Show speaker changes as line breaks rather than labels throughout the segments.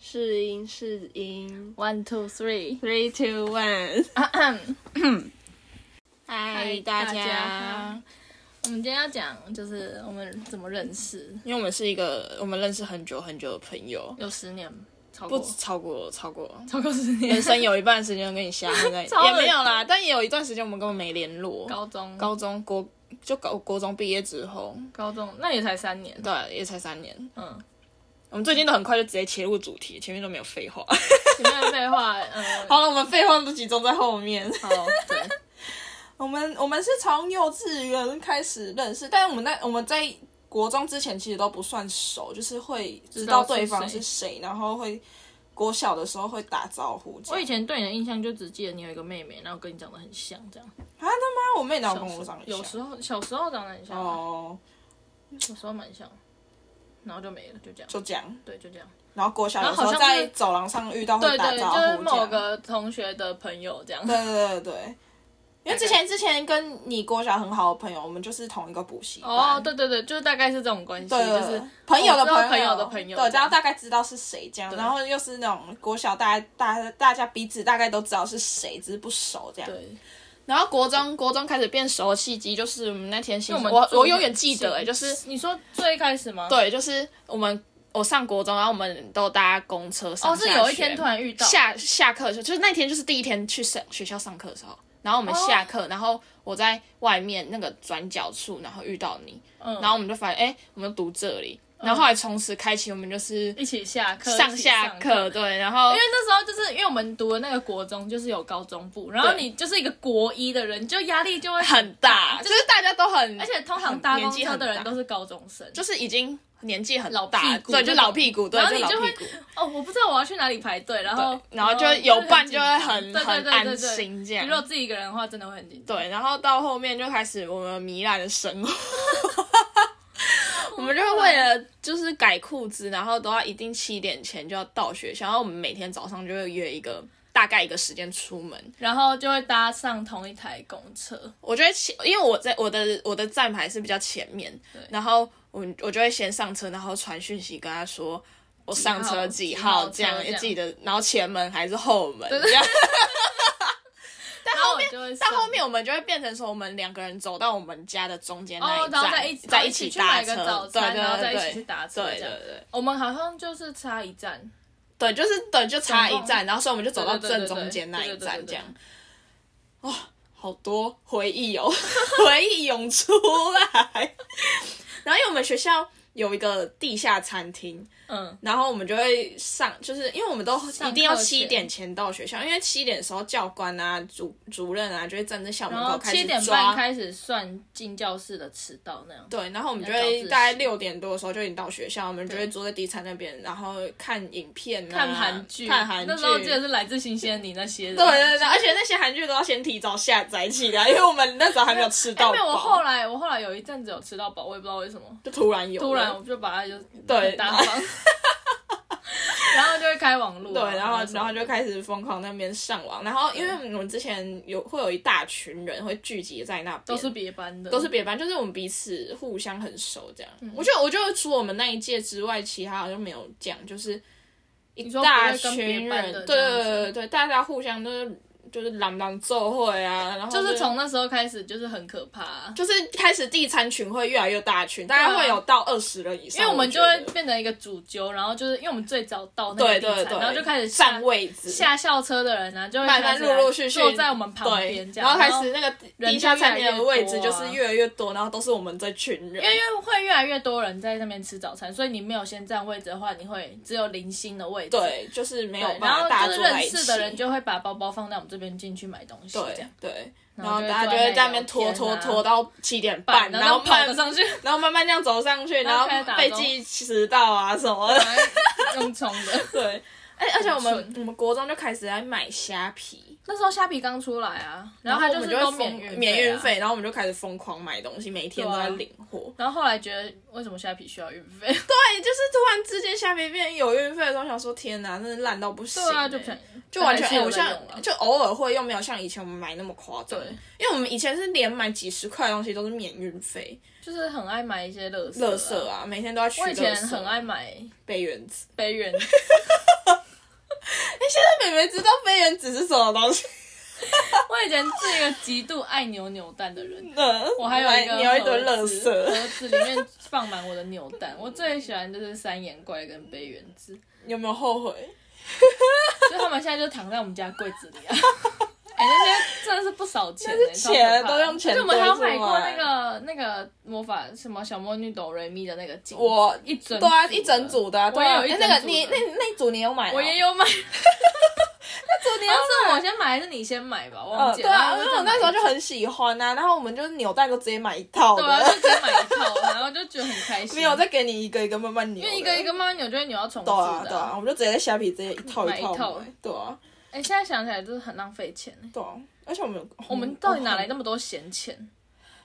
试音试音
One two three，
，three two one。
嗨
嗨，
大
大家，
好。我们今天要讲就是我们怎么认识，
因为我们是一个我们认识很久很久的朋友，
有十年超
不
过
止超过超过，
超过十
人
年，
生有一半时间跟你瞎混在，
超恶
也没有啦，但也有一段时间我们根本没联络。
高中
高中国就高国中毕业之后，
高中那也才三年，
对，也才三年。
嗯，
我们最近都很快就直接切入主题，前面都没有废话。
前面的废话，嗯，
好了，我们废话都集中在后面。
好， 对，
我们我们是从幼稚园开始认识，但是我们在我们在国中之前其实都不算熟，就是会知道对方是谁，然后会国小的时候会打招呼这样。
我以前对你的印象就只记得你有一个妹妹，然后跟你长得很像，这样。
啊，他妈，我妹哪有跟我长得
有
像？
时候小时候长得很像，
哦，
有时候蛮像，然后就没了，就这样。
就这样。
对，就这样。
然后国小
然
有
后
时
好
候
像
在
是
走廊上遇到
对
会打
对，
招呼
就是
这
某
样。
个同学的朋友这样。
对对对对。因为之前之前跟你国小很好的朋友，我们就是同一个补习 班。
哦，对对对，就是大概是这种关系，
对，
就是
朋友的
我知道
朋友
朋友的朋友
对，
这
然
样
后大概知道是谁这样，
对
然后又是那种国小大家大大家彼此大概都知道是谁，只是不熟这样。
对，
然后国中国中开始变熟的契机就是我们那天新
因为
生，
我们
我
住
我永远记得、欸，
近
就是
你说最开始吗？，
对，就是我们我上国中，然后我们都搭公车上
哦，
下
是
学。
有一天突然遇到，
下下课的时候，就是那天就是第一天去上学校上课的时候，然后我们
哦
下课，然后我在外面那个转角处，然后遇到你，
嗯
然后我们就发现，哎、我们读这里，然后后来从此开启我们就是
一起下课，一
上
起
下
课
课，。对，然后
因为那时候就是因为我们读的那个国中就是有高中部，然后
对
你就是一个国一的人，就压力就会
很大，就是大家都很，
而且通常搭
很
公
年纪
车
很
的人
大
都是高中生，
就是已经年纪很
老
大，
屁股
对，
那
就
种
老屁股，对，
然后你
老
就
屁
会
股。
哦，我不知道我要去哪里排队，然后
对然后就有伴就会很
对对对对
很
对
安心这样
你如果自己一个人的话，真的会很紧张。
对，然后到后面就开始我们糜烂的生活。我们就是为了就是改裤子，然后都要一定七点前就要到学校，然后我们每天早上就会约一个大概一个时间出门。
然后就会搭上同一台公车，
我觉得前，因为我在我的我的站牌是比较前面
对，
然后我我就会先上车，然后传讯息跟他说我上车
几
几
号
号
几
这
号车
样，
这样
记得，然后前门还是后门这样。 但
然
后
后我
面
就会
到
上
后面我们就会变成说，我们两个人走到我们家的中间那
哦，
一
然
站，
后再一起
在
一
起
去买
搭
个
车，
早
对
餐，
对
然后再一起
对
去搭车，
对对
这样。
对
我们好像就是差一站，
对，就是对，就差一
总
站，然后所以我们就走到
对对对
正中间那一
对
站
对对对对
这样。哇、好多回忆哦， 回忆涌出来。然后因为我们学校有一个地下餐厅，
嗯，
然后我们就会上，就是因为我们都一定要
课前
七点前到学校，因为七点的时候教官啊、主主任啊就会站在校门
然
口
后
开
七
始
点
抓
半开始算进教室的迟到那样。
对，然后我们就
要早自
会
习
大概六点多的时候就已经到学校，我们就
对
会坐在地产那边，然后看影片、啊、
看韩剧，
看韩剧。
那时候记得是来自新鲜你那些的。
对对对，而且那些韩剧都要先提早下载 起来，因为我们那时候还没有吃
哎，
到饱。
没有，我后来我后来有一阵子有吃到饱，我也不知道为什么，
就突然有了，
突然我就把它就
对
很大方，然后就会开网络
对
啊，，
然后
什么
然后
的
就开始疯狂那边上网，然后因为我们之前有会有一大群人会聚集在那边，
都是别班的，
都是别班，就是我们彼此互相很熟这样。
嗯
我觉得，我觉得除我们那一届之外，其他好像没有这样，就是一
你说
大
不会跟
群
别班
人，
的
对
这样
对
子
对对，大家互相都是就是朗朗奏会 啊，然后
就是从那时候开始就是很可怕啊、
就是开始地餐群会越来越大群，大概会有到二十人以上，
因为我
我
们就
觉
会
得
变成一个主揪，然后就是因为我们最早到那个
对
地
对
产，
对，
然后就开始下
占位置，
下校车的人呢、啊，就会
慢慢
开始
陆陆续续
坐在我们旁
对
边，这
然
样，
后开始那个
人
地下
就越
餐
来
厅
越
的
多
位置
啊
就是越来越多，然后都是我们这群
因，
人
为会越来越多人在那边吃早餐，所以你没有先占位置的话，你会只有零星的位置。
对，就是没有
对，
办法
然
大
后
家
就是
坐在
认
一起
识的人就会把包包放在我们这边进去买东西，这
对
样。
对，
然后
然后
就
大家
坐在
就会在那
那里
边拖
聊天
拖
啊
拖到七点半，
然
然后
跑
慢
了上 去，
然后慢慢这样走上去，
然
然
后
后
开始打
被
钟
记迟到啊什么的。
然后用冲的。
对，而而且我
很
们我们国中就开始在买虾皮，
那时候虾皮刚出来啊，然
然
后
后
它
我
就
们
是
就
都
会
免
疯啊
运啊
免
运
运。费，然后我们就开始疯狂买东西，每一天都
对啊
在领货。
然后后来觉得为什么虾皮需要运费？
对，啊就是突然之间虾皮变有运费的时候，想说天哪，真的烂到不行、
对啊，就
就
不想，
就完全
还是
哎
有
我
在
像
用啊
就偶尔会，又没有像以前我们买那么夸张。
对
因为我们以前是连买几十块的东西都是免运费，
就是很爱买一些乐色。
啊垃圾。啊，每天都要去。
我以前很爱买
背原子，
杯原，
现在妹妹知道飞原子是什么东西
我以前是一个极度爱扭扭蛋的人，
了。
我还有一
来
个
你有一堆
盒
垃
子
圾，
盒子里面放满我的扭蛋。我最喜欢就是三眼怪跟杯原子，
你有没有后悔？
所以他们现在就躺在我们家柜子 里啊。哎、那些真的是不少钱、欸，
是钱
超可怕
都用钱
就我们还有
堆
买
出来
过那个那个魔法什么小魔女哆瑞咪的那个镜子，
我
一整
对啊，
组的
一整组的啊，对啊，
我也有一
哎
整
那个
组的
你那那一组你有买哦？
我也有 买，
那组你有
但是
买
我先买还是你先买吧，我
呃
忘记
对
了。然
啊，
后
因
就
为我
再买
那时候就很喜欢呐、啊，然后我们就是扭蛋都直接买一套
对啊，就
的，
直 接买一套，然后就觉得很开心。
没有再给你一个一个慢慢
因
扭的，
为一个一个慢慢扭，就会扭到重复
对啊
的
对啊，我。们就直接在虾皮直接一套
买一
套买，
套
对啊
哎、现在想起来就是很浪费钱欸
对啊，而且我们
我们到底哪来那么多闲钱？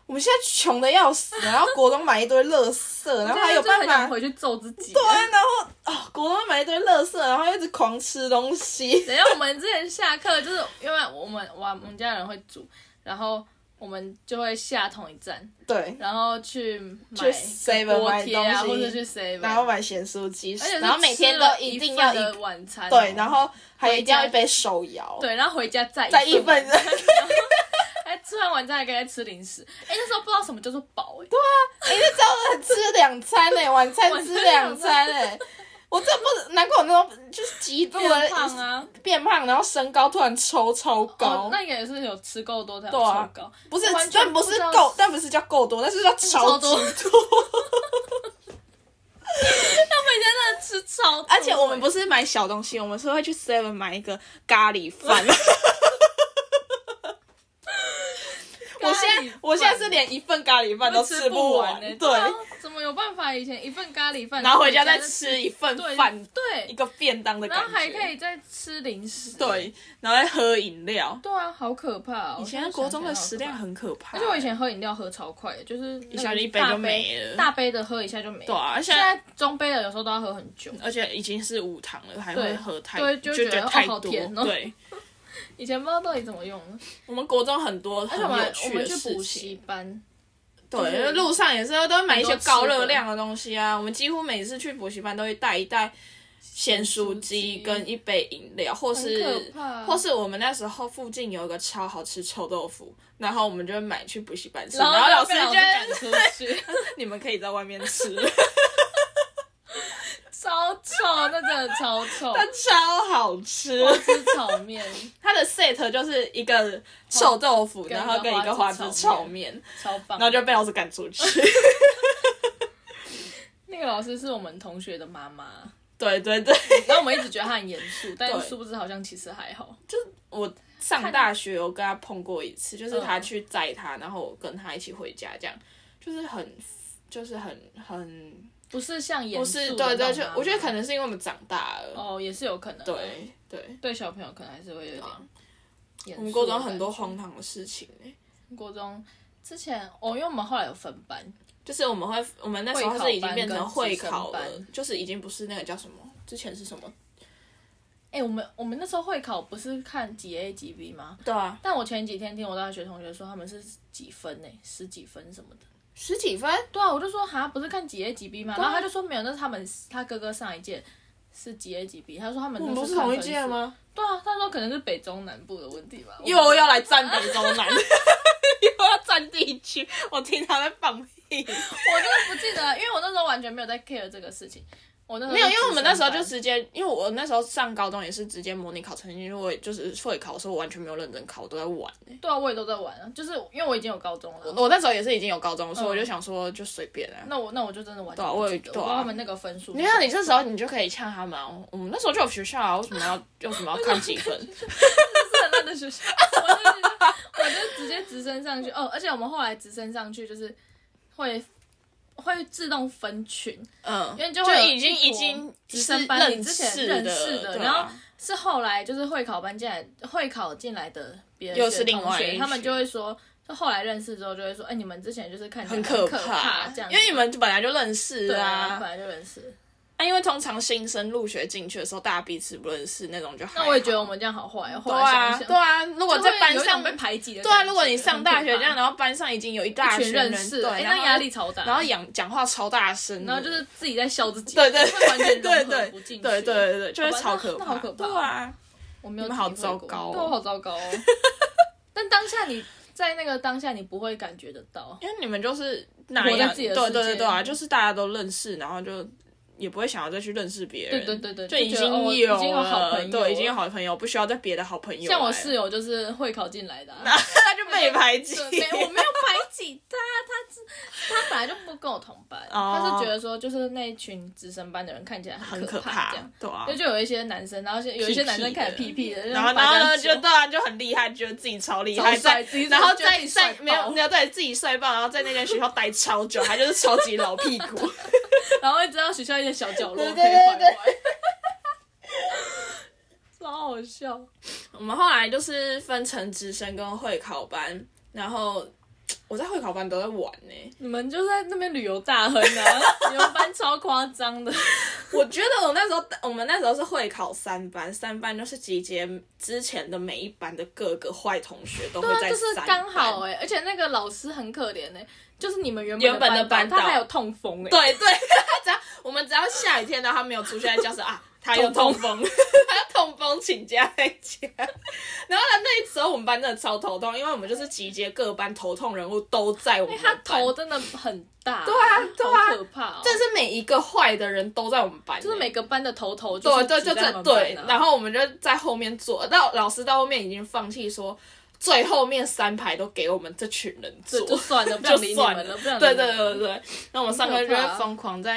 我们现在穷的要死，然后国中买一堆垃圾，然后还 有
我
办
现在真的啊很想
法。
回去揍自己。
对啊，然后哦，国中买一堆垃圾，然后一直狂吃东西。
等一下我们之前下课，就是因为我们我我们家人会煮，然后我们就会下同一站，
对，
然后去买
去 7-Eleven
锅贴啊，
买东西
或者去 seven，
然后买咸酥鸡
而且，是
然后每天都一定要
吃了
一
份的晚餐哦，
对，然后还一定要一杯手摇，
对，然后回家再
再一份
晚餐。哎，吃完晚餐还跟他吃零食，哎、那时候不知道什么叫做饱、哎，
你是真的吃两餐 呢、晚餐吃两餐呢、我这不难怪我那时候就是极度的
变胖啊，
变胖，然后身高突然抽超高，
哦，那个也是有吃够多才有
对啊
超高，
不是
完，全
但不
知
是
道
够，但不是叫够多，但是叫
超
超级
多
多。
他们真的吃超多，欸
而且我们不是买小东西，我们是会去 Seven 买一个咖喱饭。我现在我现在是连一份咖喱饭都
吃
不
完呢、
对，
啊怎么有办法？以前一份咖喱饭，
然后回家再
再
吃一份
对
饭，一
对，
个便当的
然
感
后
觉，
还可以再吃零食，
对，然后再喝饮料。
对啊，好可怕、哦！
以前
我现
的
在
国中的
想
食
起来
量
好可
很可怕，
怕，而且我以前喝饮料喝超快，就是一
一下就一杯就没了
大杯的喝一下就没了，
对啊，嗯现
现
在
在中杯的有时候都要喝很久。
而且已经是无糖了，还会
对
喝太
对
就
就
觉
觉得
得
哦
太
好
多，
甜哦
对。
以前不知道到底怎么用的，
我们国中很多
而
很
且我们
有
还我
趣
们
的
去
事
补
情，
习班，
对，
就是
因为路上也是都会买一些
很多吃的
高热量的东西啊。我们几乎每次去补习班都会带一袋咸酥鸡
咸酥鸡
跟一杯饮料，或
很
是
可怕
或是我们那时候附近有一个超好吃臭豆腐，然后我们就会买去补习班吃，然后老
老
师
被
就
赶
会
出去，
你们可以在外面吃，
超臭，那真的超臭，
它 超好吃。
吃炒面
它的 set 就是一个臭豆腐，
跟一
然
个
后跟一个
花
花枝
枝
炒
炒
面，
超棒
然。后就被老师赶 出去。
那个老师是我们同学的妈妈，
对对对，
然后我们一直觉得她很严肃，但
对
是殊不知好像其实还好。
我上大学有跟他碰过一次，就是
嗯
他去载他，然后我跟他一起回家，这样就是很就是很很
不是像严
不
肃
是
的
对对，
那
就
种妈妈
我觉得可能是因为我们长大了，
哦，也是有可能啊。
对对，
对，小朋友可能还是会有点严肃的感觉。
我们高中很多荒唐的事情、欸、
国中之前哦，因为我们后来有分班，
就是我们会我们那时候
会考
是已经
班
变成
跟
会
直升
考了
班，
就是已经不是那个叫什么，之前是什么？
哎、我们我们那时候会考不是看几 A 几 B 吗？
对啊，
但我前几天听我大学同学说他们是几分呢、十几分什么的。
十几分，
对啊，我就说哈，不是看几 A 几 B 吗？
对啊
然后他就说没有，那是他们他哥哥上一届是几 A 几 B，他说他们
我们
都
不是
看
同一
分
届
数？
吗？
对啊，他说可能是北中南部的问题吧。
又要来占北中南， 又要占地区，我听他在放屁。
我真的不记得，因为我那时候完全没有在 care 这个事情。我那时候
没有，因
是
为我们那时候就
直升
直接，因为我那时候上高中也是直接模拟考成绩，因为我也就是会考的时候我完全没有认真考，我都在玩、欸
班对啊，我也都在玩啊，就是因为我已经有高中了。
我我那时候也是已经有高中，所以我就想说就随便啊。
那我那我就真的完
对啊
全
我
不
也
记得，我
对啊
不知道他们那个分数是什
你
么。
看，你这时候你就可以呛他们、啊，我们那时候就有学校啊，为什么要为什么要看几 分？
是很烂的学校， 我就觉得我就直接直升上去哦，而且我们后来直升上去就是会会自动分群，
嗯，
因为就会有
已经
一坨
已经
直
是
升班你
认
之前
识
认识
的，
的
对啊
然后是后来就是会考班进来，会考进来的别的
又是
学
另
同
外一
学，
群
他们就会说，就后来认识之后就会说，哎、你们之前就是看起来
很
可
可怕，
这样子，
因为你们本来就认识
对
啊
啊，本。来就认识。
啊，因为通常新生入学进去的时候，大家彼此不认识那种就还
那我也
好
觉得我们这样好坏哦，
对
后来想
啊
一想，
对啊，如果
就会
在班
有一
上
种被排挤的感
对
觉，
啊，如果你上大学这样，
的
然后班上已经有一大
全
群
认
人
识，
对，
哎、
然
那
后
压力超大，
然后讲讲话超大声的，
然后就是自己在笑自己，
嗯对对
会完全
对
融
对
合不进去，
对对对对，就会
好吧
超
那
可
那
怕，
好可怕
对啊，
我没有
你们好
体会过
糟糕哦
对我好糟 糕哦。但当下你在那个当下，你不会感觉得到，
因为你们就是那
活在
样，
自己的
对对
世界
对对啊，
里
就是大家都认识，然后就也不会想要再去认识别人，
对对对对
就
就
已
觉
经
得哦
有
我已经有好朋友
对，已经有
了
好朋友，不需要再别的好朋友。
像我室， 友就是会考进来的、啊，
他就被哎排挤。
对，没我没有排挤他，他是他本来就不跟我同班，
哦
他是觉得说就是那一群直升班的人看起来
很
可
可怕
这样。，
对啊
就。就有一些男生，然后有一些男生看起来屁屁的，
然后，然后呢，就对啊，就很厉害，觉得自己超厉害，
超帅
在
自己
然后
觉得自
在
己帅
在
爆
没有没有对自己帅爆，然后在那间学校待超久，他就是超级老屁股。
然后会知道学校一些小角落可
对
以
对对
玩
对
玩， 超好笑。
我们后来就是分成直升跟会考班，然后我在会考班都在玩呢、
你们就在那边旅游大亨 啊！你们班超夸张的，
我觉得我那时候，我们那时候是会考三班，三班就是集结之前的每一班的各个坏同学都会
对啊，
在
就是
三班。
刚好哎、而且那个老师很可怜哎、就是你们原
原本的
班
班
导他
导
还有痛风哎、
对 对，他只要我们只要下雨天，然后他没有出现在教室啊，他又痛风， 他又痛风请假在家。然后他那时候我们班真的超头痛，因为我们就是集结各班头痛人物都在我们
哎他
班。
头真的很大，对
啊对啊
好可怕、哦，
但是每一个坏的人都在我们班欸，
就是每个班的头头就
对
是
对
挤
对
在他
对
们
对
班啊，
然后我们就在后面坐，到老师到后面已经放弃说，最后面三排都给我们这群人坐
就，就算 了，不
就
想理你
算
们
了
了，不想，理
对
你
对
们
对对对，那我们上课就
啊
会疯狂在，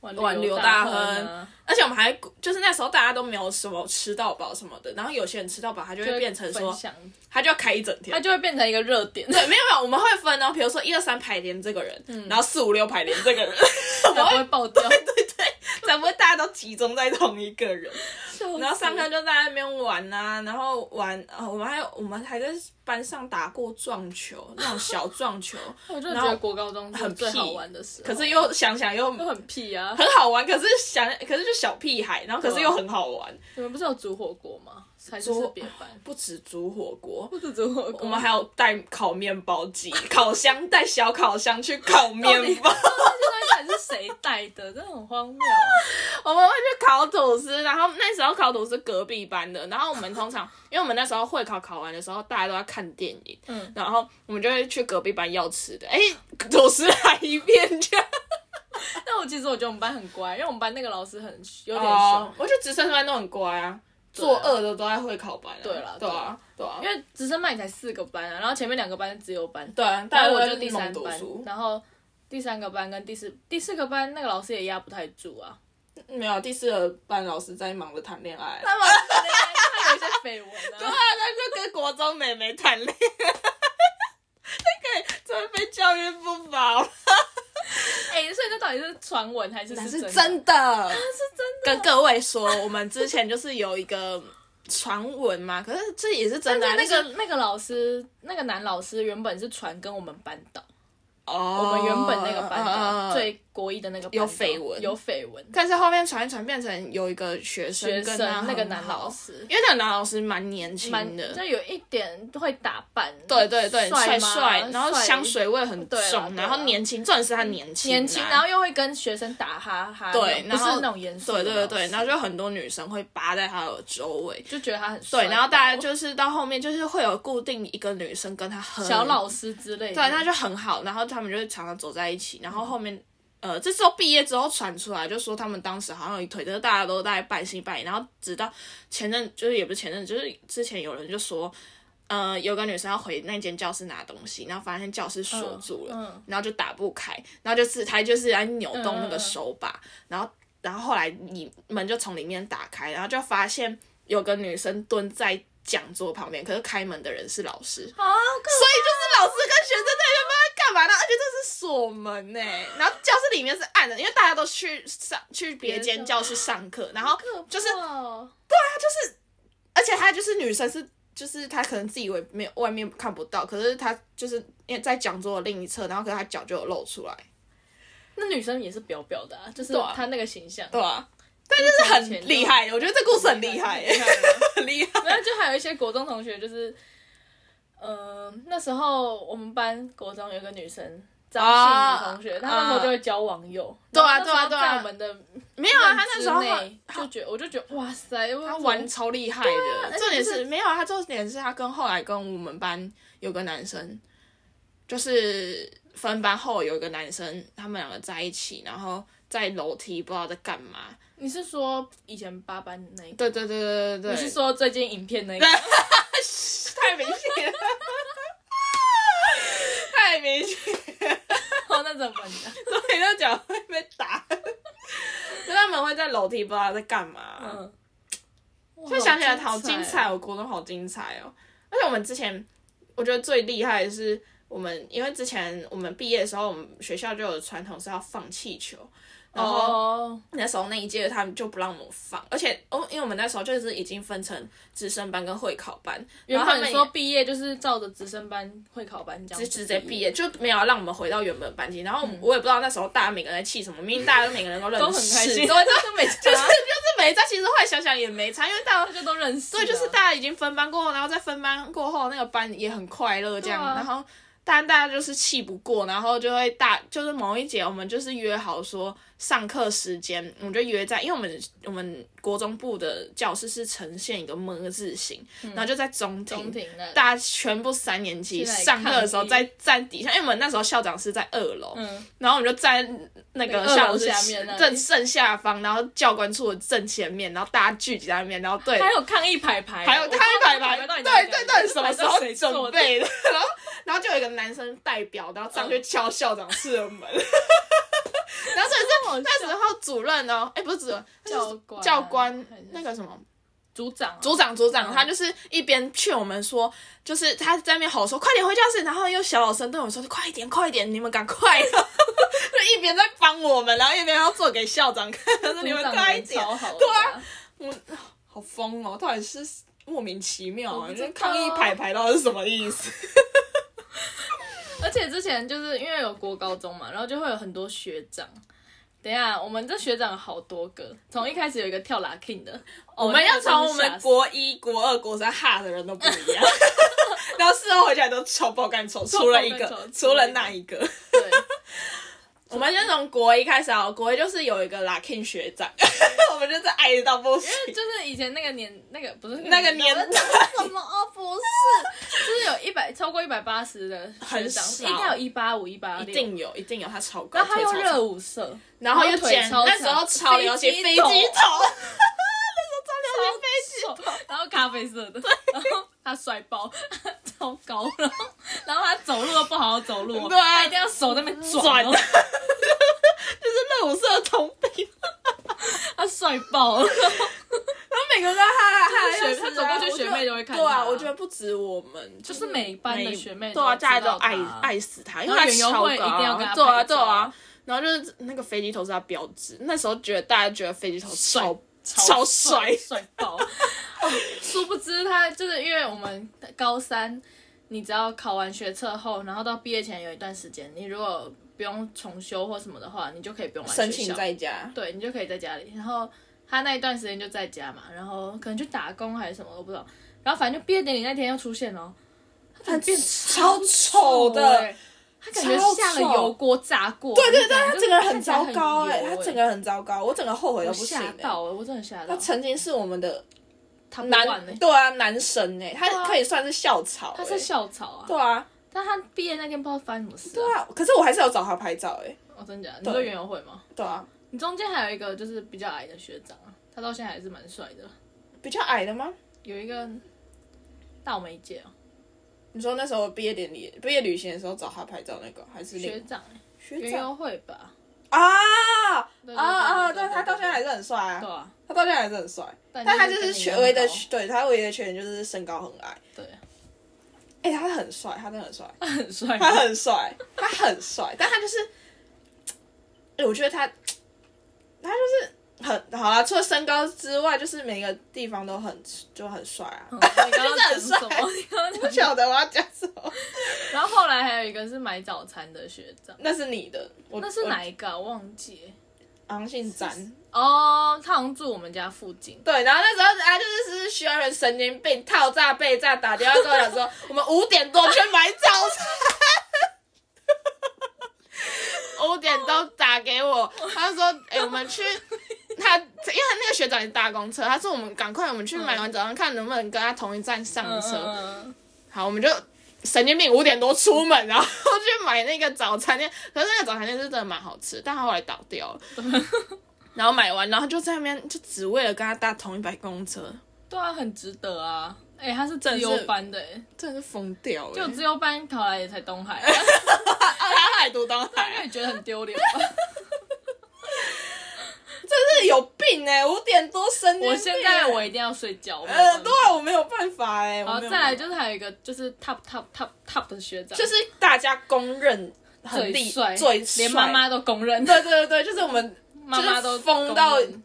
挽
挽
留
留
大
大
亨
亨
啊，
而且我们还就是那时候大家都没有什么吃到饱什么的，然后有些人吃到饱，他就
就
会
会
变成
分
说，
享，啊
他就要开一整天
他。就会变成一个热点。
对，没有没有，我们会分哦，比如说一二三排连这个人，
嗯
然后四五六排连这个 人，
才不会爆掉。
才不会大家都集中在同一个人。然
然
后上课就在那边玩啊，然后玩，呃，我们还有我们还在班上打过撞球，那种小 撞球，
我就
然
觉
后
得国高中是
很
最
屁
好玩的时候，
可是又想想又
都
很
很屁啊！
好玩，可是想可是就小屁孩，然后可是又很好玩，
你们不是有煮火锅吗？还是是
煮
别 班？
不止煮火锅。
不是煮火锅，
我 们还有带烤面包机、 烤箱，带小烤箱去烤面包，
这些东西到底是谁带的？真的很荒谬啊。
我们会去烤吐司，然后那时候烤吐司隔壁班的，然后我们通常，因为我们那时候会考考完的时候，大家都在看电影，
嗯
然后我们就会去隔壁班要吃的，哎、吐司来一片这样，
但我其实我觉得我们班很乖，因为我们班那个老师很有点凶
哦，，我觉得直升班都很乖啊，
啊
作恶的都在会考班、啊，
对啦
对啊，对啊，
因为直升班也才四个班啊，然后前面两个班是自由班，
对啊，
然
大
后
家
我
都
就
在
第
猛
三
读
班，
书，
然后第三个班跟第四第四个班那个老师也压不太住 啊，
没有第四个班老师在忙着谈恋爱，
他们他有一些绯 闻啊。
他就跟国中妹妹谈恋爱， 这个真的被教育不保了，
哎、所以这到底是传闻还是
那
是
是
真的？
真的，跟各位说，我们之前就是有一个传闻嘛，可是这也是真的啊、
但是那
就是
个那个老师，那个男老师原本是传跟我们班导，
哦嗯
我们原本那个班导，最
对，
国一的那个班导
有绯闻
有绯闻，
但是后面传一传变成有一个学生
学
跟
生
他
那个
很
男
好
老，师
因为那个男老师蛮年轻
蛮就
的。
有一点会打扮，
对对对，
帅
帅
吗
然后香。水味很
对啦
重，
对啦
然后年轻，重点是他年轻啊，
年轻，然后又会跟学生打哈哈，
对
不是
然后
那种严肃的
对
老师，
对对对，然后就很多女生会扒在他的周围，
就觉得他很帅
对，然后大家就是到后面就是会有固定一个女生跟他很
小老师之类的，嗯
对，那就很好。然后他们就会常常走在一起。然后后面，呃，这时候毕业之后传出来，就说他们当时好像有一腿，就是大家都在半信半疑。然后直到前阵，就是也不是前阵，就是之前有人就说，呃，有个女生要回那间教室拿东西，然后发现教室锁住了，
嗯嗯
然后就打不开，然后就是她就是来扭动那
嗯嗯
个
嗯
手把，然后然后后来你门就从里面打开，然后就发现有个女生蹲在。讲桌旁边，可是开门的人是老 师，
啊，可
所以就是老师跟学生在那边干嘛呢？而且这是锁门呢、 然后教室里面是暗的，因为大家都去上去别间教室上课，然后
可
就是
怕哦
而且她就是女生是。就是她可能自以为没有外面看不到，可是她就是因为在讲桌的另一侧，然后可是她脚就有露出来，
那女生也是表表的啊，就是
对啊
她那个形象，
对吧、
但就是
啊？很厉害，我觉得这故事很厉害、
很厉害啊
很厉害。
然后就还有一些国中同学，就是，呃，那时候我们班国中有一个女生张欣怡同学，
啊
她那时候就会交网友，
对啊
然后那时候
对啊对啊
在我们的
没有啊，他那时候
认知内就觉得我就觉得哇塞，
他
他
玩超厉害的，
而且
重点
就是
啊是没有他，重点是他跟后来跟我们班有个男生，就是分班后有一个男生，他们两个在一起，然后在楼梯不知道在干嘛。
你是说以前八班那一个？
对对对对对
你是
对，
说最近影片那一个？
太明显 了，太明显了，
哦，那怎么办呢？
所以那脚会被打。 就他们会在楼梯不知道在干嘛，
嗯，
就想起来好
好哦
精彩，哦我国中好精彩哦！而且我们之前，我觉得最厉害的是我们，因为之前我们毕业的时候，我们学校就有传统是要放气球，然后
哦，
那时候那一届他们就不让我们放，而且哦，因为我们那时候就是已经分成直升班跟会考班，然
原
后他
本
们也
说毕业就是照着直升班、会考班这样
就
子，
直接毕业，就没有让我们回到原本班级。然后我也不知道那时候大家每个人在气什么，明明大家都每个人都认
嗯
识，
都很开心
对，就 是
都每次
就是就是没在。其实后来想想也没差，因为大家
就都认识啊，
对，就是大家已经分班过后，然后再分班过后，那个班也很快乐这样，
对啊
然后但大家就是气不过，然后就会大就是某一节我们就是约好说上课时间，我们就约在，因为我们我们国中部的教室是呈现一个么字形，然后就在中
嗯
庭。
中庭那，
大家全部三年
去
级
那里
上课的时候
抗
在
议
站底下，因为我们那时候校长是在二楼，
嗯，
然后我们就站那
那
个
个二
校
楼
长室
下面那里
正正下方，然后教官处的正前面，然后大家聚集在那边，然后 对
还有抗议牌牌，
还有开牌
我
牌，
不知道那个牌牌到底
对
哪里
对
来
对，
的
什么时候准？备的？ 然后然后就有一个男生代表，然后上
嗯
去敲校长室的门。 然后所以
这
那时候主任哦，哎，不是主任，
教官啊
教官
还是
那个什么
组长啊，
组长，组长，他就是一边劝我们说，就是他在那边吼说快点回教室，然后又小小声对我们说快一点，快一点，你们赶快， 就一边在帮我们，然后一边要做给校长看，他说
组
你们
长
快一
人
点，
超好的，
对啊好疯哦，到底是莫名其妙
我
啊！
不
你
知道
这抗议牌牌到底是什么意 思？
而且之前就是因为有国高中嘛，然后就会有很多学长。等一下，我们这学长有好多个，从一开始有一个跳 l king 的，哦
我们要从我们
国
国一、国二、国三哈的人都不一样， 然后事后回起来都超爆干 丑，除了一
超爆
个
干，丑
除了那一个。
对，
我们先从国一开始啊，国一就是有一个 Lucky 学长， 我们就是爱到不行。
就是以前那个年那个不是
那个年代
我在讲什么哦，不是，就是有一百超过一百八十的学
很
长，
少
应该有一八五一八
一
六，
定有，一定有，他超高，
然后他又
腿超长
热舞 社，
然后又
然后腿
剪，
超
那时候
长
超流行
飞机
飞机
头
头，
超瘦，然后咖啡色的，然后他帅爆， 超高，然后然后他走路都不好好走路哦，
对啊
他一定要手在那边转
转
哦，
的， 就是热舞社的通病。
他帅爆了，
然后每个人都哈哈哈
就是学
要死啊
他走过去学妹都会看
我觉得对
他
啊，我觉得不止我们，
就
就
是每一班的学妹
对啊，
都知
大家都
道
爱
他
爱死他，因
然后
为他
园游
超高，
会一定要跟他
对啊
拍照
对啊。然后就是那个飞机头是他标志，那时候觉得大家觉得飞机头超超 帅，
帅爆！ 哦殊不知他就是因为我们高三，你只要考完学测后，然后到毕业前有一段时间，你如果不用重修或什么的话，你就可以不用来
申
学
请
校，
在家，
对你就可以在家里。然后他那一段时间就在家嘛，然后可能去打工还是什么，我不知道。然后反正就毕业典礼那天又出现了哦，
他
变
超丑的。
欸，他感觉下了
超丑
油锅炸过，
对对对，
你
他
就
整个人
看
很
起来
糟糕
油欸
哎，他整个人很糟糕，我整个后悔都
我
不行
吓
哎。
到了，我真的吓到
他。曾经是我们的
他
男，对啊，男神哎，
欸对
他
啊
可以算是校草
他
哎，
是校草啊，
对啊，
但他毕业那天不知道发生什么事、
对
啊。
啊，可是我还是有找他拍照哎，
哦，真假的？你说园游会吗？
对啊，
你中间还有一个就是比较矮的学长啊，他到现在还是蛮帅的。
比较矮的吗？
有一个大我们一届哦，
你说那时候毕业典礼、毕业旅行的时候找他拍照那个，还是
学
另
长欸
学
园
长
游会吧？
啊
对
啊啊！对他到现在还
是
是很帅啊
对，啊，
他到现在还是很帅，
但
但他就
跟
是
你
缺
一样
唯一的
高
对他唯一的缺点就是身高很矮。
对，
哎，他很帅，他真的很帅，
他很帅，
他很帅，他很帅，但他就是，哎，我觉得他，他就是很好啊。除了身高之外，就是每个地方都很就很帅啊。
嗯你刚刚讲什
就是很
么？你刚刚讲什
不
么
晓 得我要讲什么，
然后后来还有一个是买早餐的学长，
那是你的，我
那是哪？一个啊、我忘记了。
我好像姓詹。
哦，他好像住我们家附近。
对，然后那时候他就是是学人神经病，套炸被炸，打电话跟我讲说， 我们五点多去买早餐，五点钟打给我，他就说，哎、我们去他，因为他那个学长也搭公车，他说我们赶快，我们去买完早餐，看能不能跟他同一站上车。
嗯
好，我们就神经病五点多出门，然后去买那个早餐店。可是那个早餐店是真的蛮好吃，但它后来倒 掉了。然后买完，然后就在那边，就只为了跟他搭同一班公车，
对啊，很值得啊。哎、他是自
的是
由班的、欸，
真的是疯掉
就
了。
自由班考来也才东海，
啊，他还读东
因
海，
为觉得很丢脸 吧。
真是有病哎、五点多神经病欸、
我现在我一定要睡觉。我没有
呃，
办法
对我没有办法哎、我
然后
没有
再来
办法
就是还有一个就是 top top top top 的学长，
就是大家公认很
最
厉
帅，
最
连
帅
妈妈都公认，
对对对，就是我们
妈妈都
就是疯到
公认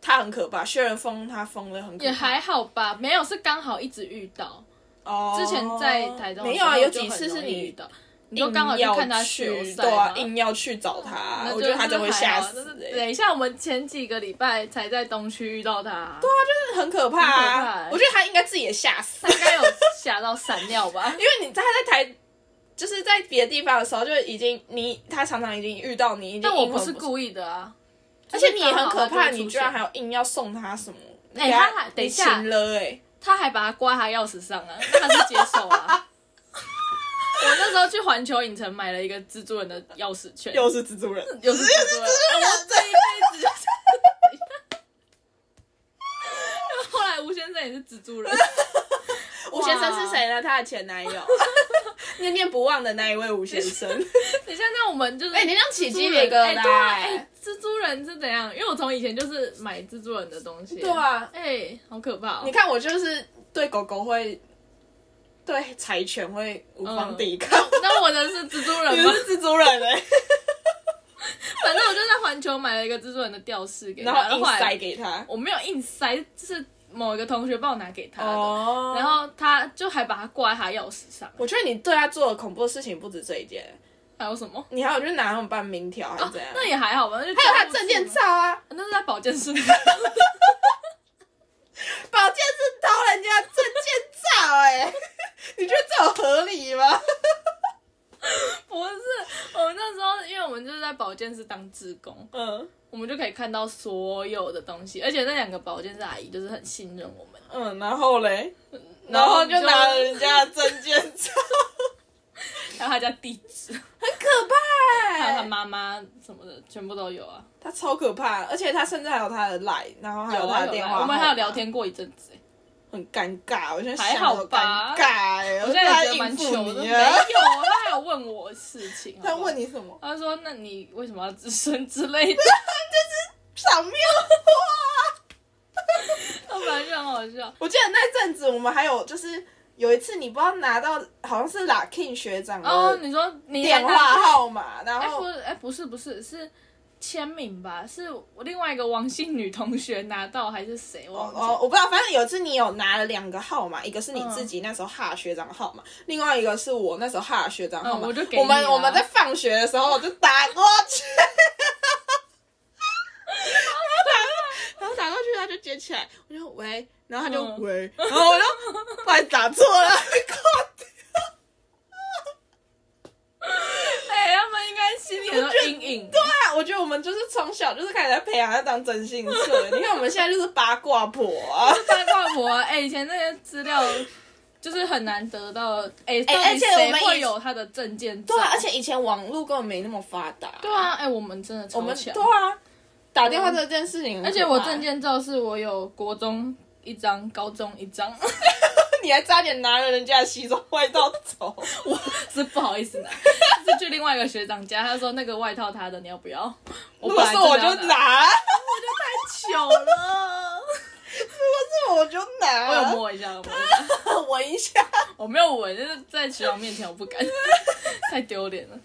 他很可怕，薛仁峰他疯的很可怕。
也还好吧，没有是刚好一直遇到。
哦，
之前在台中的
没
时
有
候
啊，有
就
几
很
次是
容易遇
你
到，你就
硬
刚好去
要
看他学
去
赛
对啊，
嘛哦
硬要去找他，
那
我觉得他真
真
的会吓死、欸，
等
对，
一下，我们前几个礼拜才在东区遇到他，对
很可怕啊！
很可怕欸
我觉得他应该自己也吓死
他，应该有吓到闪尿吧
因？为你在他在台。就是在别的地方的时候，就已经你他常常已经遇到你，已经
但我
阴魂
不是
散
故意的啊，
而且你也很
就是
可
刚好
怕，
他就会出现
你居然还有硬要送他什么？
哎
你给他
他还
你
等一下
请了哎、
他还把它挂他钥匙上啊，那他是接受啊。 我那时候去环球影城买了一个蜘蛛人的钥匙圈，
又是蜘蛛人，
又是蜘蛛人，我这一辈子就是后来吴先生也是蜘 蛛人，
吴先生是谁呢？他的前 男友，念念不忘的那一位吴先生。
等一下，那我们就是
哎、你这样起
蜘蛛
鸡
人
皮 疙瘩、欸
哎对啊，哎蜘蛛人是怎样？因为我从以前就是买蜘蛛人的东西。
对，啊，
哎、好可怕、哦
你！看我就是对狗狗会，对柴犬会无法抵抗。
那我的是蜘蛛
你
人吗？
是蜘蛛人哎、
反正我就在环球买了一个蜘蛛人的吊饰给他，
然后
后
硬
后
塞
来
给他。
我没有硬塞，就是某一个同学帮我拿给他的，
哦
然后他就还把它挂在他钥匙上，
我觉得你对他做的恐怖的事情不止这一件，
还有什么？哦
你还有就是拿他们办名条还是怎样？
那也还好吧，那就
还有他
装不
证件
住
照啊，
嘛，那是在保健室。
保健是偷人家证件照哎、 你觉得这有合理吗？
不是，我们那时候因为我们就是在保健室当志工，
嗯
我们就可以看到所有的东西，而且那两个保健室阿姨就是很信任我们，
嗯，然后嘞，然后就拿了人家的证件 照，
还有他家地址，
很可怕
还有他
哎、
妈妈什么的，全部都有啊，
他超可怕，而且他甚至还有他的 line，然后还
有
他
啊
的
有
电
啊，
话，
我们还有聊，天过一阵子欸、
很尴尬，我现在
还
想
好
都
吧
尴尬哎、
我
我
现在也觉得
他
蛮
应
糗
付
的，没
你
有，
啊，
他还有问我事情，
他问
你，
你什么？
他说那你为什么要自身之类的，
赏面话。
他本来就很好笑，
我记得那阵子我们还有就是有一次你不知道拿到好像是 Lakin 学长
哦，
的
你说你
呃电话号码，然
哎、
后
不是，哎、不是，不是，是签名吧？是我另外一个王姓女同学拿到还是谁？我
哦
忘记了。
哦，我不知道，反正有一次你有拿了两个号码，一个是你自己那时候哈学长的号码，另外一个是我那时候哈学长的号码、
嗯我就给
嗯我们
你啊
我们在放学的时候我就打过 去，然后打过然后打过去他就接起来，我就喂，然后他就、
嗯
喂，然后我就不然打错了， 挂掉
哎、他们应该心里有个阴影。对，
啊！我觉得我们就是从小就是开始在培养他当真性社，你看我们现在就是八卦婆啊。
八卦婆啊，哎、以前那些资料就是很难得到。哎、到
而
底
且我
谁
们以
会有他的证件照？
对啊，而且以前网络根本没那么发达。
对啊，哎、我们真的
我
超
们
强。
对啊，打电话这件事情很可怕，
而且我证件照是我有国中一张，高中一张，
你还差点拿了人家的西装外套走，
我是不好意思 拿，是去另外一个学长家，他说那个外套他的，你要不 要？我
如
本来
果是 我
真的要
就拿，
糗了，
如果是我就拿，
我有摸一下，我有摸一下，
有闻一下。
我没有闻，就是在学长面前我不 敢，太丢脸了。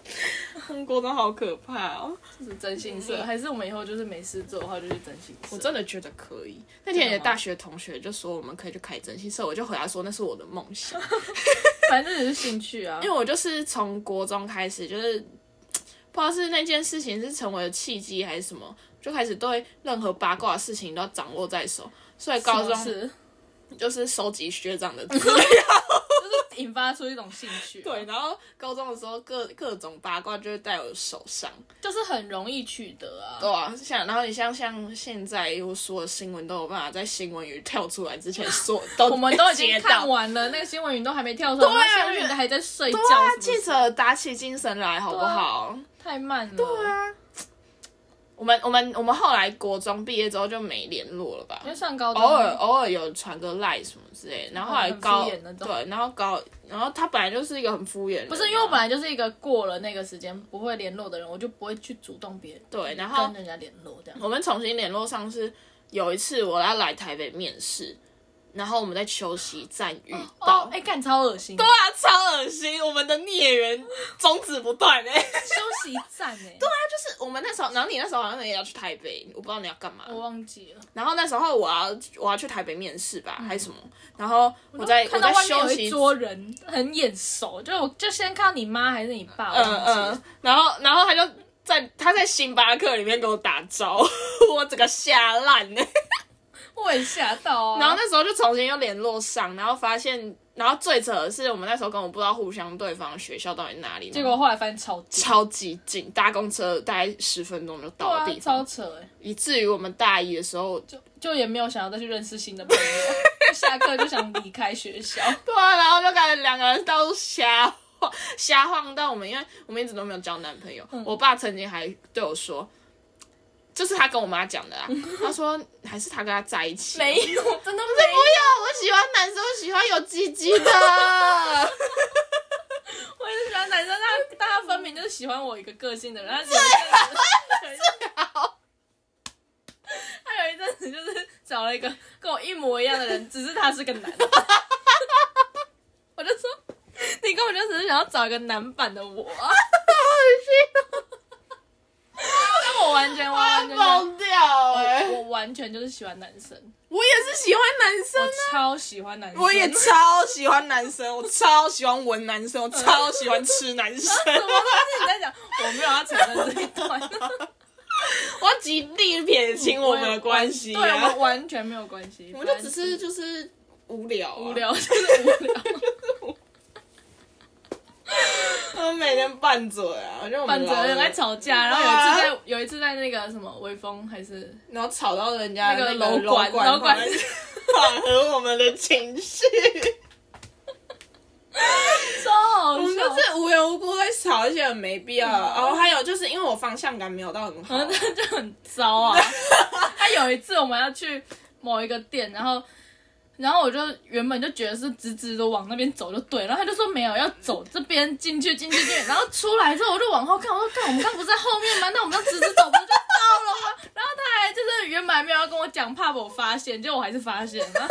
中嗯国真好可怕哦！
这是真心社，还是我们以后就是没事做的话就去真心社？
嗯我真的觉得可以。那天
真
你
的吗
的大学同学就说我们可以去开征信社，我就回答说那是我的梦 想，
反正也是兴趣啊
因为。我就是从国中开始就是。不知道是那件事情是成为了契机还是什么，就开始对任何八卦的事情都要掌握在手，所以高
什么
中
事
就是收集学长的资料。
就是引发出一种兴趣，
对，，然后高中的时候各各种八卦就会在我手上，
就是很容易取得啊。
对啊，像然后你像像现在我所有新闻都有办法在新闻语跳出来之前说，都
我们都已经
截
看
到。
完了，那个新闻云都还没跳出来，
哦对啊
那新闻云的还在睡觉
对啊，
是不
记
是，
者打起精神来好不好？
太慢了。对
对，啊，我们我们我们后来国中毕业之后就没联络了吧
因？为上高中
偶尔偶尔有传个赖什么之类的，然后后来
很敷
高
衍那种
对，然后高，然后他本来就是一个很敷衍的人啊，
不是因为我本来就是一个过了那个时间不会联络的人，我就不会去主动别人
对，然后
跟人家联络这样。
我们重新联络上是有一次我要来台北面试，然后我们在休息站遇到，
哦，哎，干超恶心，对
哇，超恶心！我们的孽缘终止不断 哎、
休息站哎，对，
就是我们那时候，然后你那时候好像也要去台北，我不知道你要干嘛。
我忘记了。
然后那时候我要我要去台北面试吧，还是什么？然后我在
看
嗯哎
到
我在
外面
休
有
息
一桌人很眼熟，就我就先看到你妈还是你爸，我忘
嗯
记了
嗯，然后然后他就在他在星巴克里面给我打招呼， 我整个吓烂欸呢。
我也吓到啊。
然后那时候就重新又联络上，然后发现，然后最扯的是我们那时候根本不知道互相对方的学校到底哪里，
结果后来发现超近
超级近，搭公车大概十分钟就
对
到的
啊，
地方，
超扯哎、
以至于我们大一的时候，
就就也没有想要再去认识新的朋 友，下课就想离开学校。
对啊，然后就感觉两个人到处瞎晃，瞎晃到我们，因为我们一直都没有交男朋友。
嗯
我爸曾经还对我说，就是他跟我妈讲的啦，
嗯
他说还是他跟他在一起，没有，
有，真的
不要，我喜欢男生，我喜欢有鸡鸡的。
我也是喜欢男生，他但他分明就是喜欢我一个个性的人，他只有一阵子，他有一阵子就是找了一个跟我一模一样的人，只是他是个男的，我就说你根本就只是想要找一个男版的 我、啊，好恶心、但我完全完完全
爆
全。
掉哎、
我完全就是喜欢男生，
我也是喜欢男生
我
啊，
超喜欢男生，
我也超喜欢男生，我超喜欢闻男生，我超喜欢吃男生，
什么都是你在讲，我没有要承认这一段，
我要极力撇 清我们的关系、啊。
对我们完全没有关系，
我们就只是就是无聊、啊
无。聊， 就是无聊，
我们每天拌嘴啊，我觉得我
反
们
正
老
人
了
在吵架，然后有一
啊
次在有一次在那个什么微风还是
然后吵到人家
那个
那个
楼管
管，
楼管
缓缓和我们的情绪。
超好
我们就
笑，
是无缘无故在吵一些很没必要的。然后还有就是因为我方向感没有到 很好，
然后他就很糟 啊。他有一次我们要去某一个店，然后。然后我就原本就觉得是直直的往那边走就对，然后他就说没有要走这边进去进去进去，然后出来之后我就往后看，我说看我们刚不是在后面吗？那我们要直直走不就到了吗？然后他还就是原本还没有要跟我讲，怕我发现，结果我还是发现了，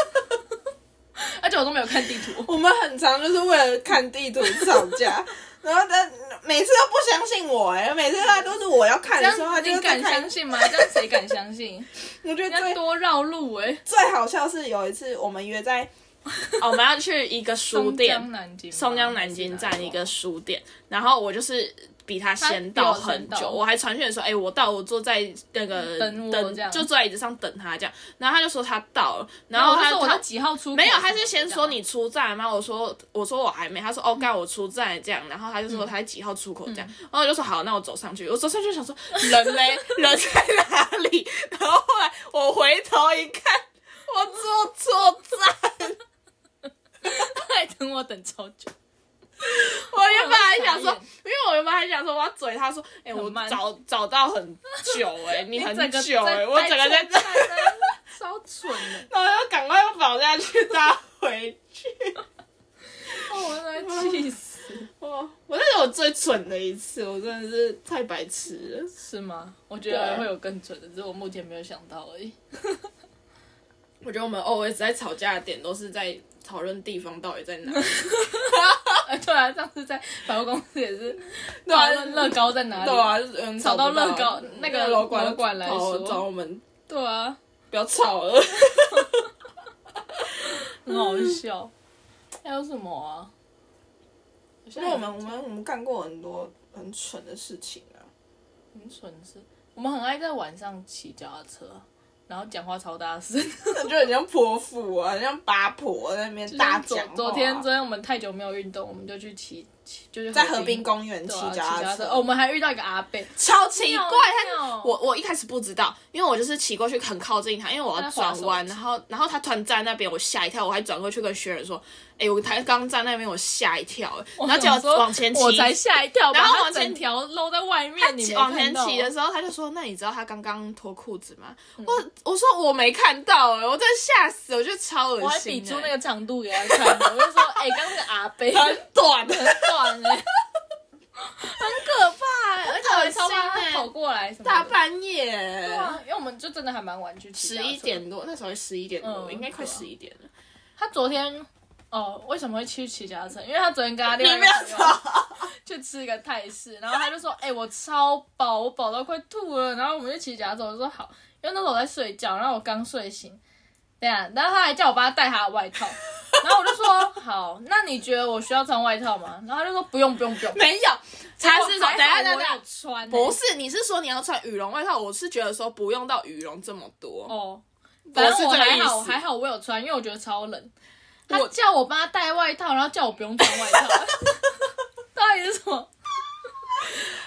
而且我都没有看地图。
我们很常就是为了看地图吵 架。然后他每次都不相信我、哎，每次他都是我要看
这
的时候，他
样
就
你
是在
敢
看
相信吗？这样谁敢相 信？
我觉得
人家
最
多绕路哎、
最好笑是有一次我们约在，哦，我们要去一个书
松
店，
江南京吗，
松江南京站一个书店，然后我就是比他先到很
他比我先
久，
到嗯
我还传讯说，哎、我到，我坐在那个
等我这样
就坐在椅子上等他这样，然后他就说他到了，然
然后
后
哦他
他
说我
他
在几号出口？
没有，他是先
啊
说 你出站了吗？我说我说我还没，他说哦，刚我出站了这样，然后他就
嗯
说他在几号出口这样，然后我就说好，那我走上去，我走上去想说人嘞，人在哪里？然后后来我回头一看，我坐错站，
在等我等超久，
我原本还想说
傻眼，
因为我原本还想说我要嘴他说，哎、我
很慢
找找到很久哎、你很
整个
久哎、
在
我整个在
在
这，
超蠢的，
然后要赶快又跑下去搭回去，
哦，我都在气死，
我我那是我最蠢的一次，我真的是太白痴了。
是吗？我觉得
对
会有更蠢的，只是我目前没有想到而已。
我觉得我们 always 在吵架的点都是在讨论地方到底在哪里，
哎，对啊，上次在百货公司也 是
对啊
讨论乐高在哪里，
对啊，嗯，
吵到
不
乐高那个
楼管
楼管来
跑
说
找我们
对啊，
不要吵了。
很好笑。还有什么啊？
因为我们我们我们干过很多很蠢的事情啊，
很蠢是，我们很爱在晚上骑脚踏车，然后讲话超大声。
就很像泼妇啊，很像八婆在那边大
昨
讲话
昨天昨天我们太久没有运动，我们就去骑，骑就是
在河滨公园骑
对啊
脚
骑
踏
脚
车，
哦，我们还遇到一个阿伯，
超奇怪，
妙
他
妙
我我一开始不知道，因为我就是骑过去很靠近他，因为我要转弯，然后然后他突然站在那边，我吓一跳，我还转过去跟学人说，哎、我他刚站那边，我吓一跳，欸然后结
想
果
说
往前骑，
我才吓一跳吧，
然后
他
往前
整条露在外面，你没
往前
看到啊嗯
骑的时候，他就说，那你知道他刚刚脱裤子吗？我我说我没看到、哎，我真的吓死，我觉得超恶心、
我还比出那
哎
个长度给他看，我就说，哎、刚刚那个阿伯很
很短欸的。
短哎、很可怕、欸，而且我还超怕
很恶心欸欸
他跑过来什么的
大半夜，欸
对啊，因为我们就真的还蛮晚去骑
十
脚踏车
一点多，那时候十一点多，
嗯
应该
对
快
啊
十一点了。
他昨天哦，为什么会去骑脚踏车？因为他昨天跟他
你
另外一
不
个
要
朋友
吵，
去吃一个泰式，然后他就说：“哎、我超饱，我饱到快吐了。”然后我们就骑脚踏车，我就说好，因为那时候我在睡觉，然后我刚睡醒，对啊，然后他还叫我帮他带他的外 套，然后我就说好，那你觉得我需要穿外套吗？然后他就说不用不用不用，
没有， 他是
我
说等一
还好
下等一
我
下
有，穿欸、
不是，你是说你要穿羽绒外套？我是觉得说不用到羽绒这么多。
哦，
我
反
是
正
这个
还
意
好，
思
还好我有穿，因为我觉得超冷。他
我
叫我帮他带外套，然后叫我不用穿外套， 到底是什么？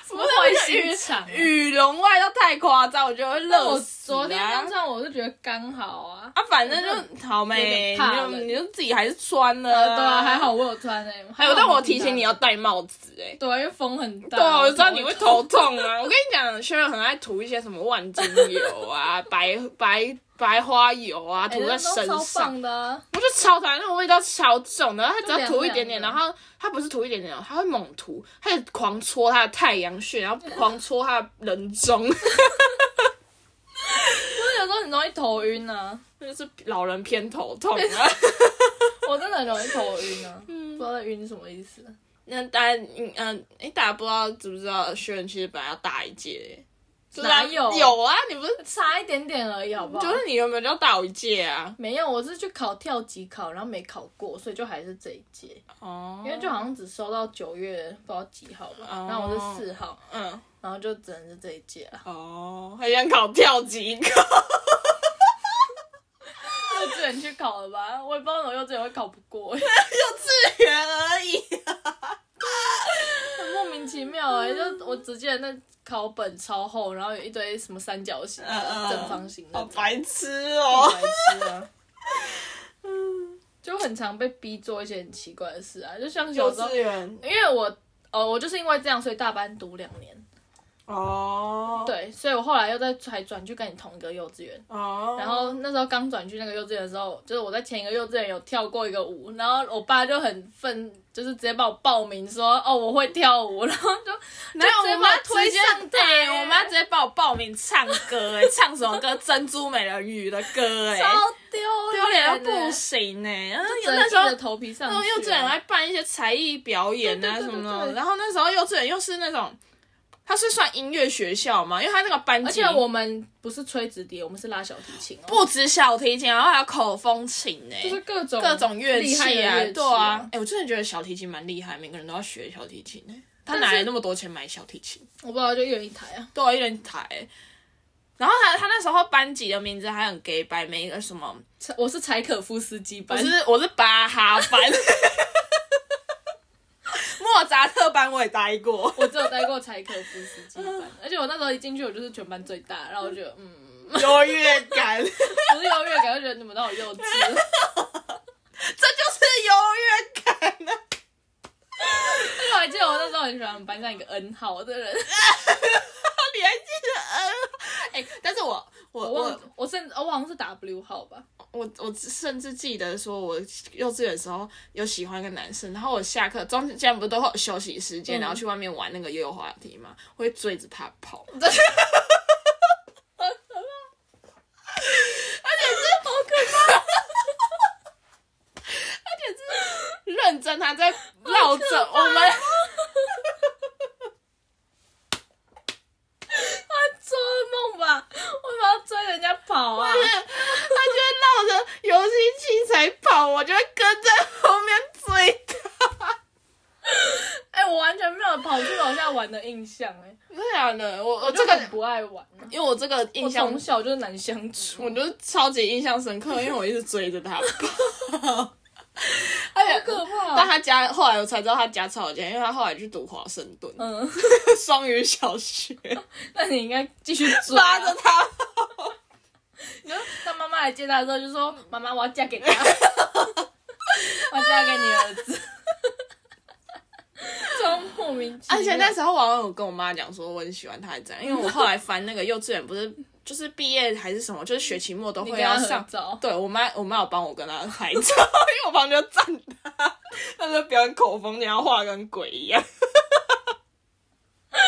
什么坏心肠啊、
羽绒外套太夸张，我觉得会
但
热
我
死、啊。
昨天刚上，我就觉得刚好啊。
啊，反正就好没，
有点
你
怕
就
冷
你就自己还是穿了、
呃，对啊，还。好我有穿诶、欸。还
还有，
好
但哎我
有
提醒你要
穿，
戴帽子哎、欸。
对啊，因为风很大。
对啊，我就知道你会
头
头 痛啊！我跟你讲，轩然很爱涂一些什么万金油啊、白白白花油啊，
哎
涂在
那都
身
超
上。
棒的啊、
我就超讨厌那种味道超重的，然后他只要涂一点点，
就凉凉
然
的
后他不是涂一点点哦，他会猛涂，他就狂搓他的太阳穴，然后狂搓他的人中，
就是有时候很容易头晕啊，
就是老人偏头 痛啊。
我真的很容易头晕啊，
嗯
不知道在晕什么意思。
那大家嗯嗯，哎、大家不知道知不知道，薛仁其实本来要大一届耶，就是他
哪有
有啊？你不是
差一点点而已，好不好？
就是你有没有就要大我一届啊？
没有，我是去考跳级考，然后没考过，所以就还是这一届。
哦，
因为就好像只收到九月不知道几号吧，
哦
然后我是四号，
嗯
然后就只能是这一届了。
哦，还想考跳级考，
幼稚园去考了吧？我也不知道怎么幼稚园会考不过、欸，
自然而已。
很莫名其妙哎、
嗯
就我只记得那考本超厚，然后有一堆什么三角形、
嗯嗯
正方形的，
好白痴
好
哦。
白痴啊！
嗯
就很常被逼做一些很奇怪的事啊，就像小
幼
时候
稚，园
因为我哦，我就是因为这样，所以大班读两年。
哦，
对，所以我后来又再才转去跟你同一个幼稚园。
哦，
然后那时候刚转去那个幼稚园的时候，就是我在前一个幼稚园有跳过一个舞，然后我爸就很愤，就是直接把我报名说哦我会跳舞，然后就
没有，
就直接
我妈
把她推
直接
上台
哎
欸
我妈直接把我报名唱歌、哎， 唱什么歌？珍珠美人鱼的歌、哎，
超丢
丢脸
脸欸
到
的，
不行哎、然后
就
那时候
硬着头皮上去
那
啊，
种幼稚园还办一些才艺表演啊
对对
什
对
么
对
的，
对
然后那时候幼稚园又是那种，它是算音乐学校嘛，因为它那个班级，
而且我们不是吹直笛，我们是拉小提琴、哦，
不止小提琴，然后还有口风琴哎、
就是各种
各种乐器
厉害的
啊，
乐器
对啊，哎、我真的觉得小提琴蛮厉害，每个人都要学小提琴哎、他哪来那么多钱买小提琴？
我不知道就一人一台啊，
对啊，一人台、欸。然后他他那时候班级的名字还很 gay 白，每一个什么，
柴我是柴可夫斯基
我
班，
是我是巴哈 班，莫扎特班我也待过。
我只有待过柴可夫斯基班， 而且我那时候一进去，我就是全班最大，然后我就觉得嗯，
优越 感，这就
不是优越感，就觉得你们都好幼稚。
是优越感啊！
而且我还记得我那时候很喜欢我们班上一个 N 号的人，
你还记得？ 哎、但是我我
我忘
我
了我甚哦至我好像是 W 号吧，
我我甚至记得说，我幼稚园的时候有喜欢一个男生，然后我下课中间不是都会有休息时间，
嗯
然后去外面玩那个悠悠滑梯嘛，我会追着他跑。
好可
认真，他在绕着我们，
怕，做噩梦吧？为什么要追人家跑啊
他？就会绕着游戏器材跑，我就会跟在后面追他。
哎、我完全没有跑去楼下玩的印象哎、
对啊，那我我
我就
这个
很不爱玩啊、
因为我这个印
我
象嗯
从小就是难相处，
我就是超级印象深刻，因为我一直追着他 跑而且
哎可怕
但他家后来我才知道他家超有钱，因为他后来去读华盛顿
嗯，
双语小 学，
那你应该继 续追啊
拉着他。
你就当妈妈来接他的时候，就说：“妈妈，我要嫁给 他，我要嫁给你儿子。” 这种莫名其妙，
而且那时候我有跟我妈讲说我很喜欢他这样，因为我后来翻那个幼稚园不是就是毕业还是什么，就是学期末都
你
会
跟
要
他
上
合。照，
对我妈，我妈有帮我跟他拍照，因 为我旁边就站他，他就表演口风，你要画跟鬼一样。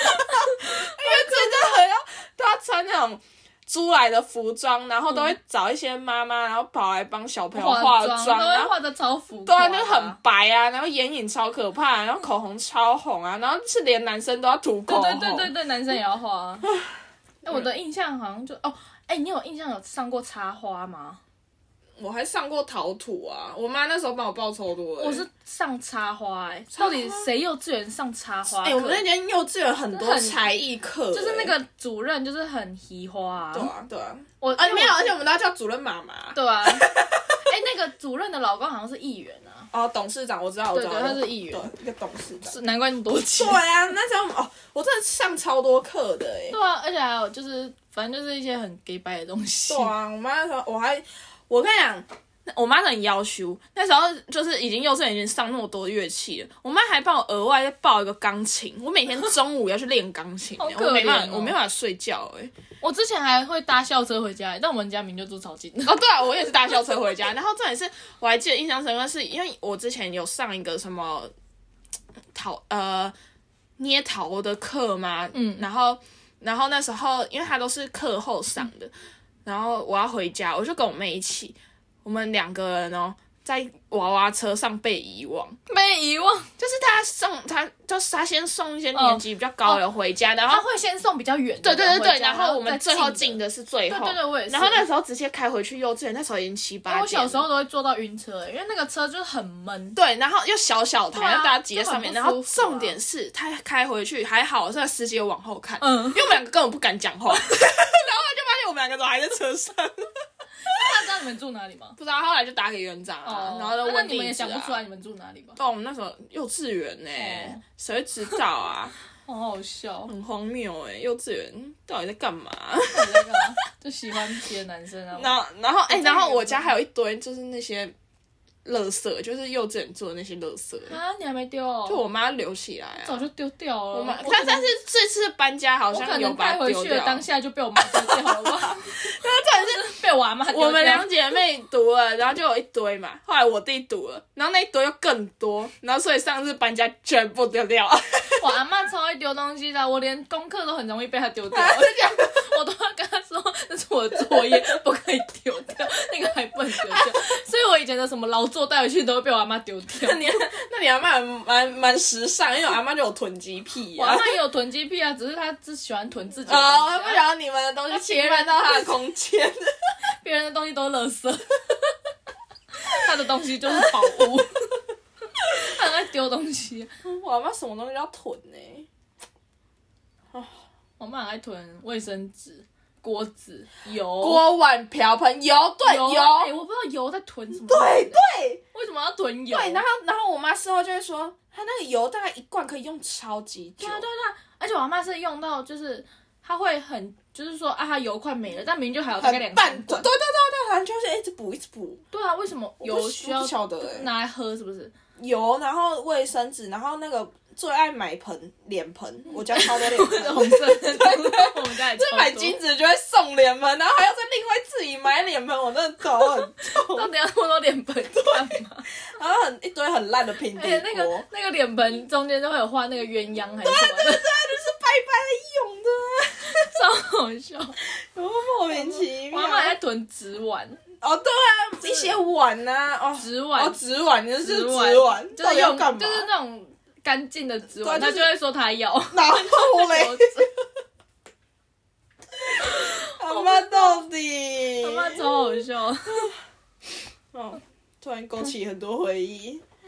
因为真的很要，都要穿那种租来的服装，然后都会找一些妈妈，然后跑来帮小朋友啊化
嗯妆
妆，
都
然
会
后
画的超浮
对
夸
啊，
的
就
啊，
很白啊，然后眼影超可怕，然后口红超红啊，然后是连男生都要涂口
对
红，
对对对对，男生也要画 啊。哎，我的印象好像就哦，哎，你有印象有上过插花吗？
我还上过陶土啊，我妈那时候帮我报超多的、
我是上插花，哎，到底谁幼稚园上插花
哎、
课？
我们那间幼稚园很
真
多
的很
才艺课、
就是那
哎
个主任就是很奇花啊
对，啊对啊，
我
啊
因为我
没有，而且我们都要叫主任妈妈
对啊，哎、那个主任的老公好像是议员 啊，
哦，董事长我知道我知道，
对对他是议员
对一个董事长。
是难怪那么多钱
对。啊，那时候我们哦，我真的上超多课的哎、
对啊，而且还有就是，反正就是一些很 gay 白的东西。
对啊，我妈那时候我还，我跟你讲，我妈很要求，那时候就是已经幼稚园已经上那么多乐器了，我妈还帮我额外再报一个钢琴，我每天中午要去练钢琴、欸
好可
我没办
怜
法，
哦
我没办法睡觉哎、
我之前还会搭校车回家，欸但我们家明明就住超近的。
哦，对啊，我也是搭校车回家。然后重点是，我还记得印象深刻，是因为我之前有上一个什么陶呃捏陶的课嘛，
嗯
然后然后那时候因为他都是课后上的，然后我要回家，我就跟我妹一起，我们两个人哦。在娃娃车上被遗忘，
被遗忘，
就是他送他，就是他先送一些年级比较高的人回家，然
他
后
会先送比较远的
对
人回
对
家，
对对，然后
再
我们最后
近
进
的。
的是最后，
对对对我也是
然后那时候直接开回去幼稚园，那时候已经七八
因
点
为
了。
哎我小时候都会坐到晕车、欸因为那个车就是很闷。
对，然后又小小台，
对啊
让大家挤在上面。
就
然
很
后
不舒服啊
重点是，他开回去还好，这个司机有往后看，
嗯
因为我们两个根本不敢讲话。然后 他就发现我们两个都还在车上，
那知道你们住哪里吗？
不知道。后来就打给园长啊，然后就
哦那
问
你们也
地址
想不出来
啊。
你们住哪里吧？
对，我们那时候幼稚园呢、
哦
谁会知道啊？
好好笑，
很荒谬哎、幼稚园到底在干嘛？
到底在干嘛？啊就喜欢别的男生啊。
然后，然后，哎、
真的
然后
有
我家还有一堆就是那些垃圾，就是幼稚园做的那些垃圾，
啊，你还没丢、哦？
就我妈留起来
早
啊。
就丢掉了。
我妈，
可
但但
能
是这次搬家好
我可
像有
能
把
带
它
回
丢
去的
掉。
当下就被我妈丢掉了吧？ 但是被我阿妈丢掉。
我们两姐妹读了，然后就有一堆嘛。后来我弟读了，然后那一堆又更多，然后所以上次搬家全部丢掉。
我阿妈超爱丢东西的，啊我连功课都很容易被她丢 掉。我都要跟她说那是我的作业，不可以丢掉，那个还不能丢掉。 所以我以前的什么劳作带回去都会被我阿妈丢掉
那。 你那你阿妈蛮蛮时尚，因为我阿妈就有囤积癖
我
呀、
阿
啊。
妈也有囤积癖啊，只是她只喜欢囤自己的东
哦，她
西
不
啊，
想要你们的东西侵犯到她的空间。
别人的东西都是垃 圾。她的东西就是宝 物，她很爱丢东西。
我阿妈什么东西都要囤呢、
我妈很爱囤卫生纸、锅子、油、
锅碗瓢盆油，对
油
哦油，
啊。哎我不知道油在囤什么。
对对
为什么要囤油？
对。然后然后我妈事后就会说，她那个油大概一罐可以用超级
对。
久
啊对啊对啊，而且我妈是用到就是她会很就是说啊，她油快没了，但明明就还有大概两
很半
三
对对对
罐。
对，反正就是一直补一直补
对啊，为什么
我
油
不
需要
不晓得欸
拿来喝？是不是？
油，然后卫生纸，然后那个最爱买盆脸盆，
嗯
我家超多脸盆，
红色的， 我们家也
就是买金子就会送脸盆，然后还要再另外自己买脸盆，我真的头很痛，
到底要那么多脸盆干嘛？
然后很一嗯堆很烂的平底
而且那
锅
个。那个脸盆中间都会有画那个鸳鸯还是什么的，
就是白白的用的，
啊超好笑。
怎么莫名其
我妈
妙？
妈还在囤纸碗，
哦，对啊，一些碗呐、啊，哦，
纸碗
哦，纸碗就是
纸
纸碗，
就
到
是
底要
用
干嘛？
就是那种干净的纸碗，
对啊
她
就
就是会说她 要。
然后 嘞，阿妈到底，
我妈超好笑。
嗯哦，突然勾起很多回忆。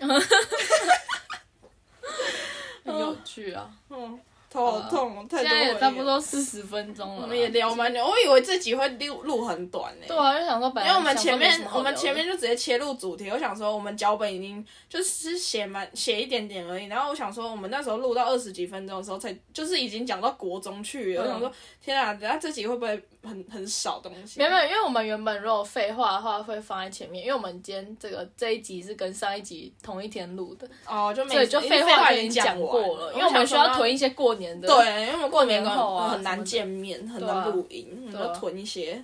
很有趣啊。
嗯，头好痛哦， 太
现
多
在
回忆
也
了
差不。多四十分钟了。
我们也聊蛮久，我以为这集会录录很短呢、
对啊，就想说本来
因为我们前
想
面
说没什么好
我们
聊的
前面就直接切入主题，我想说我们脚本已经就是写蛮写一点点而已，然后我想说我们那时候录到二十几分钟的时候才就是已经讲到国中去了，
嗯
我想说天啊，等下这集会不会很很少东西？
没有没有，因为我们原本如果废话的话会放在前面，因为我们今天这个这一集是跟上一集同一天录的，
哦，就没
所以就
废
废话
已
已
经
经讲
完
过了，因为我们需要囤一些过年的，
对，因为我们过年
过年后啊
很很
什
难
么的
见面，很
对
难
啊
录音，我们
对啊
要囤一些，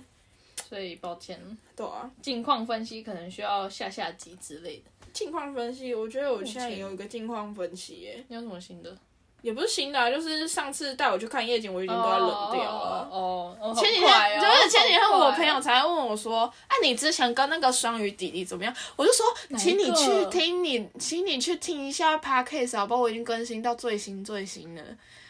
所以抱歉，
对啊。
近况分析可能需要下下集之类的。
近况分析，我觉得我现在
前
有一个近况分析耶，
你有什么新的？
也不是新的、啊，就是上次带我去看夜景，我已经都要冷掉了。
哦，哦哦
前几
好快
天
哦
就是前几天，
好快哦
我朋友才问我说：“啊，你之前跟那个双鱼弟弟怎么样？”我就说：“
哪一个
请你去听你，请你去听一下 podcast 好不好？我已经更新到最新最新了。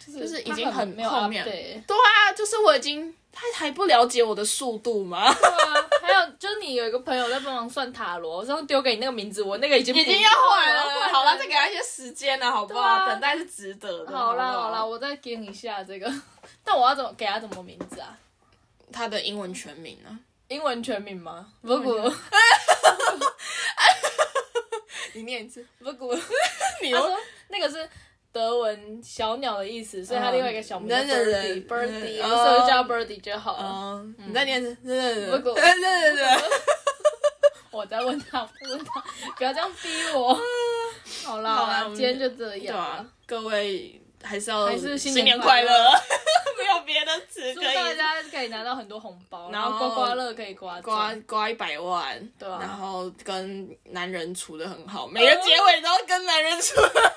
就是已经
他
很
没有
后面
update
对啊，就是我已经他还不了解我的速度吗？
对啊，还有就是你有一个朋友在帮忙算塔罗，我上次丢给你那个名字，我那个已经
已
已
经要坏了。好
了
了，再给他一些时间了，好不
对
好？
啊
等待是值得的。
好啦
不
好啦，我再给你一下这个， 但我要怎么给他什么名字啊？
他的英文全名呢？
英文全名吗？不古
你念一次。
不古，
你
他
又
说 那个是德文小鸟的意思，所以他
嗯
另外一个小名叫
人人
Birdy
人
Birdy，所以
嗯
我就叫 Birdy 就好了。
嗯，你再念一次。对对对
不过
对对对对。
我在问他，问他，不要这样逼我。好啦，
啊好啦啊
啦
我们
今天就这
对
样
啊
啦。，
各位还是要
还是新
新
年
快
快乐
乐， 没有别的词
祝
可
大
以
家可以拿到很多红包，然
然后
后刮刮乐可以刮中
刮刮一百万，
对啊
然后跟男人处的很好，每个结尾都要跟男人处得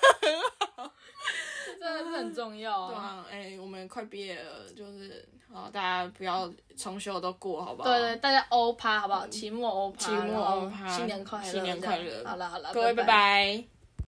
这真的是很重要
很
啊。
好。哎，我们快毕业了，就是好，大家不要重修都过，好不好？
对对，大家欧趴好不好？期末欧趴，
啊期末欧趴
然后新年快乐，
新年快乐
这样好啦好啦，
各位拜
拜。
拜。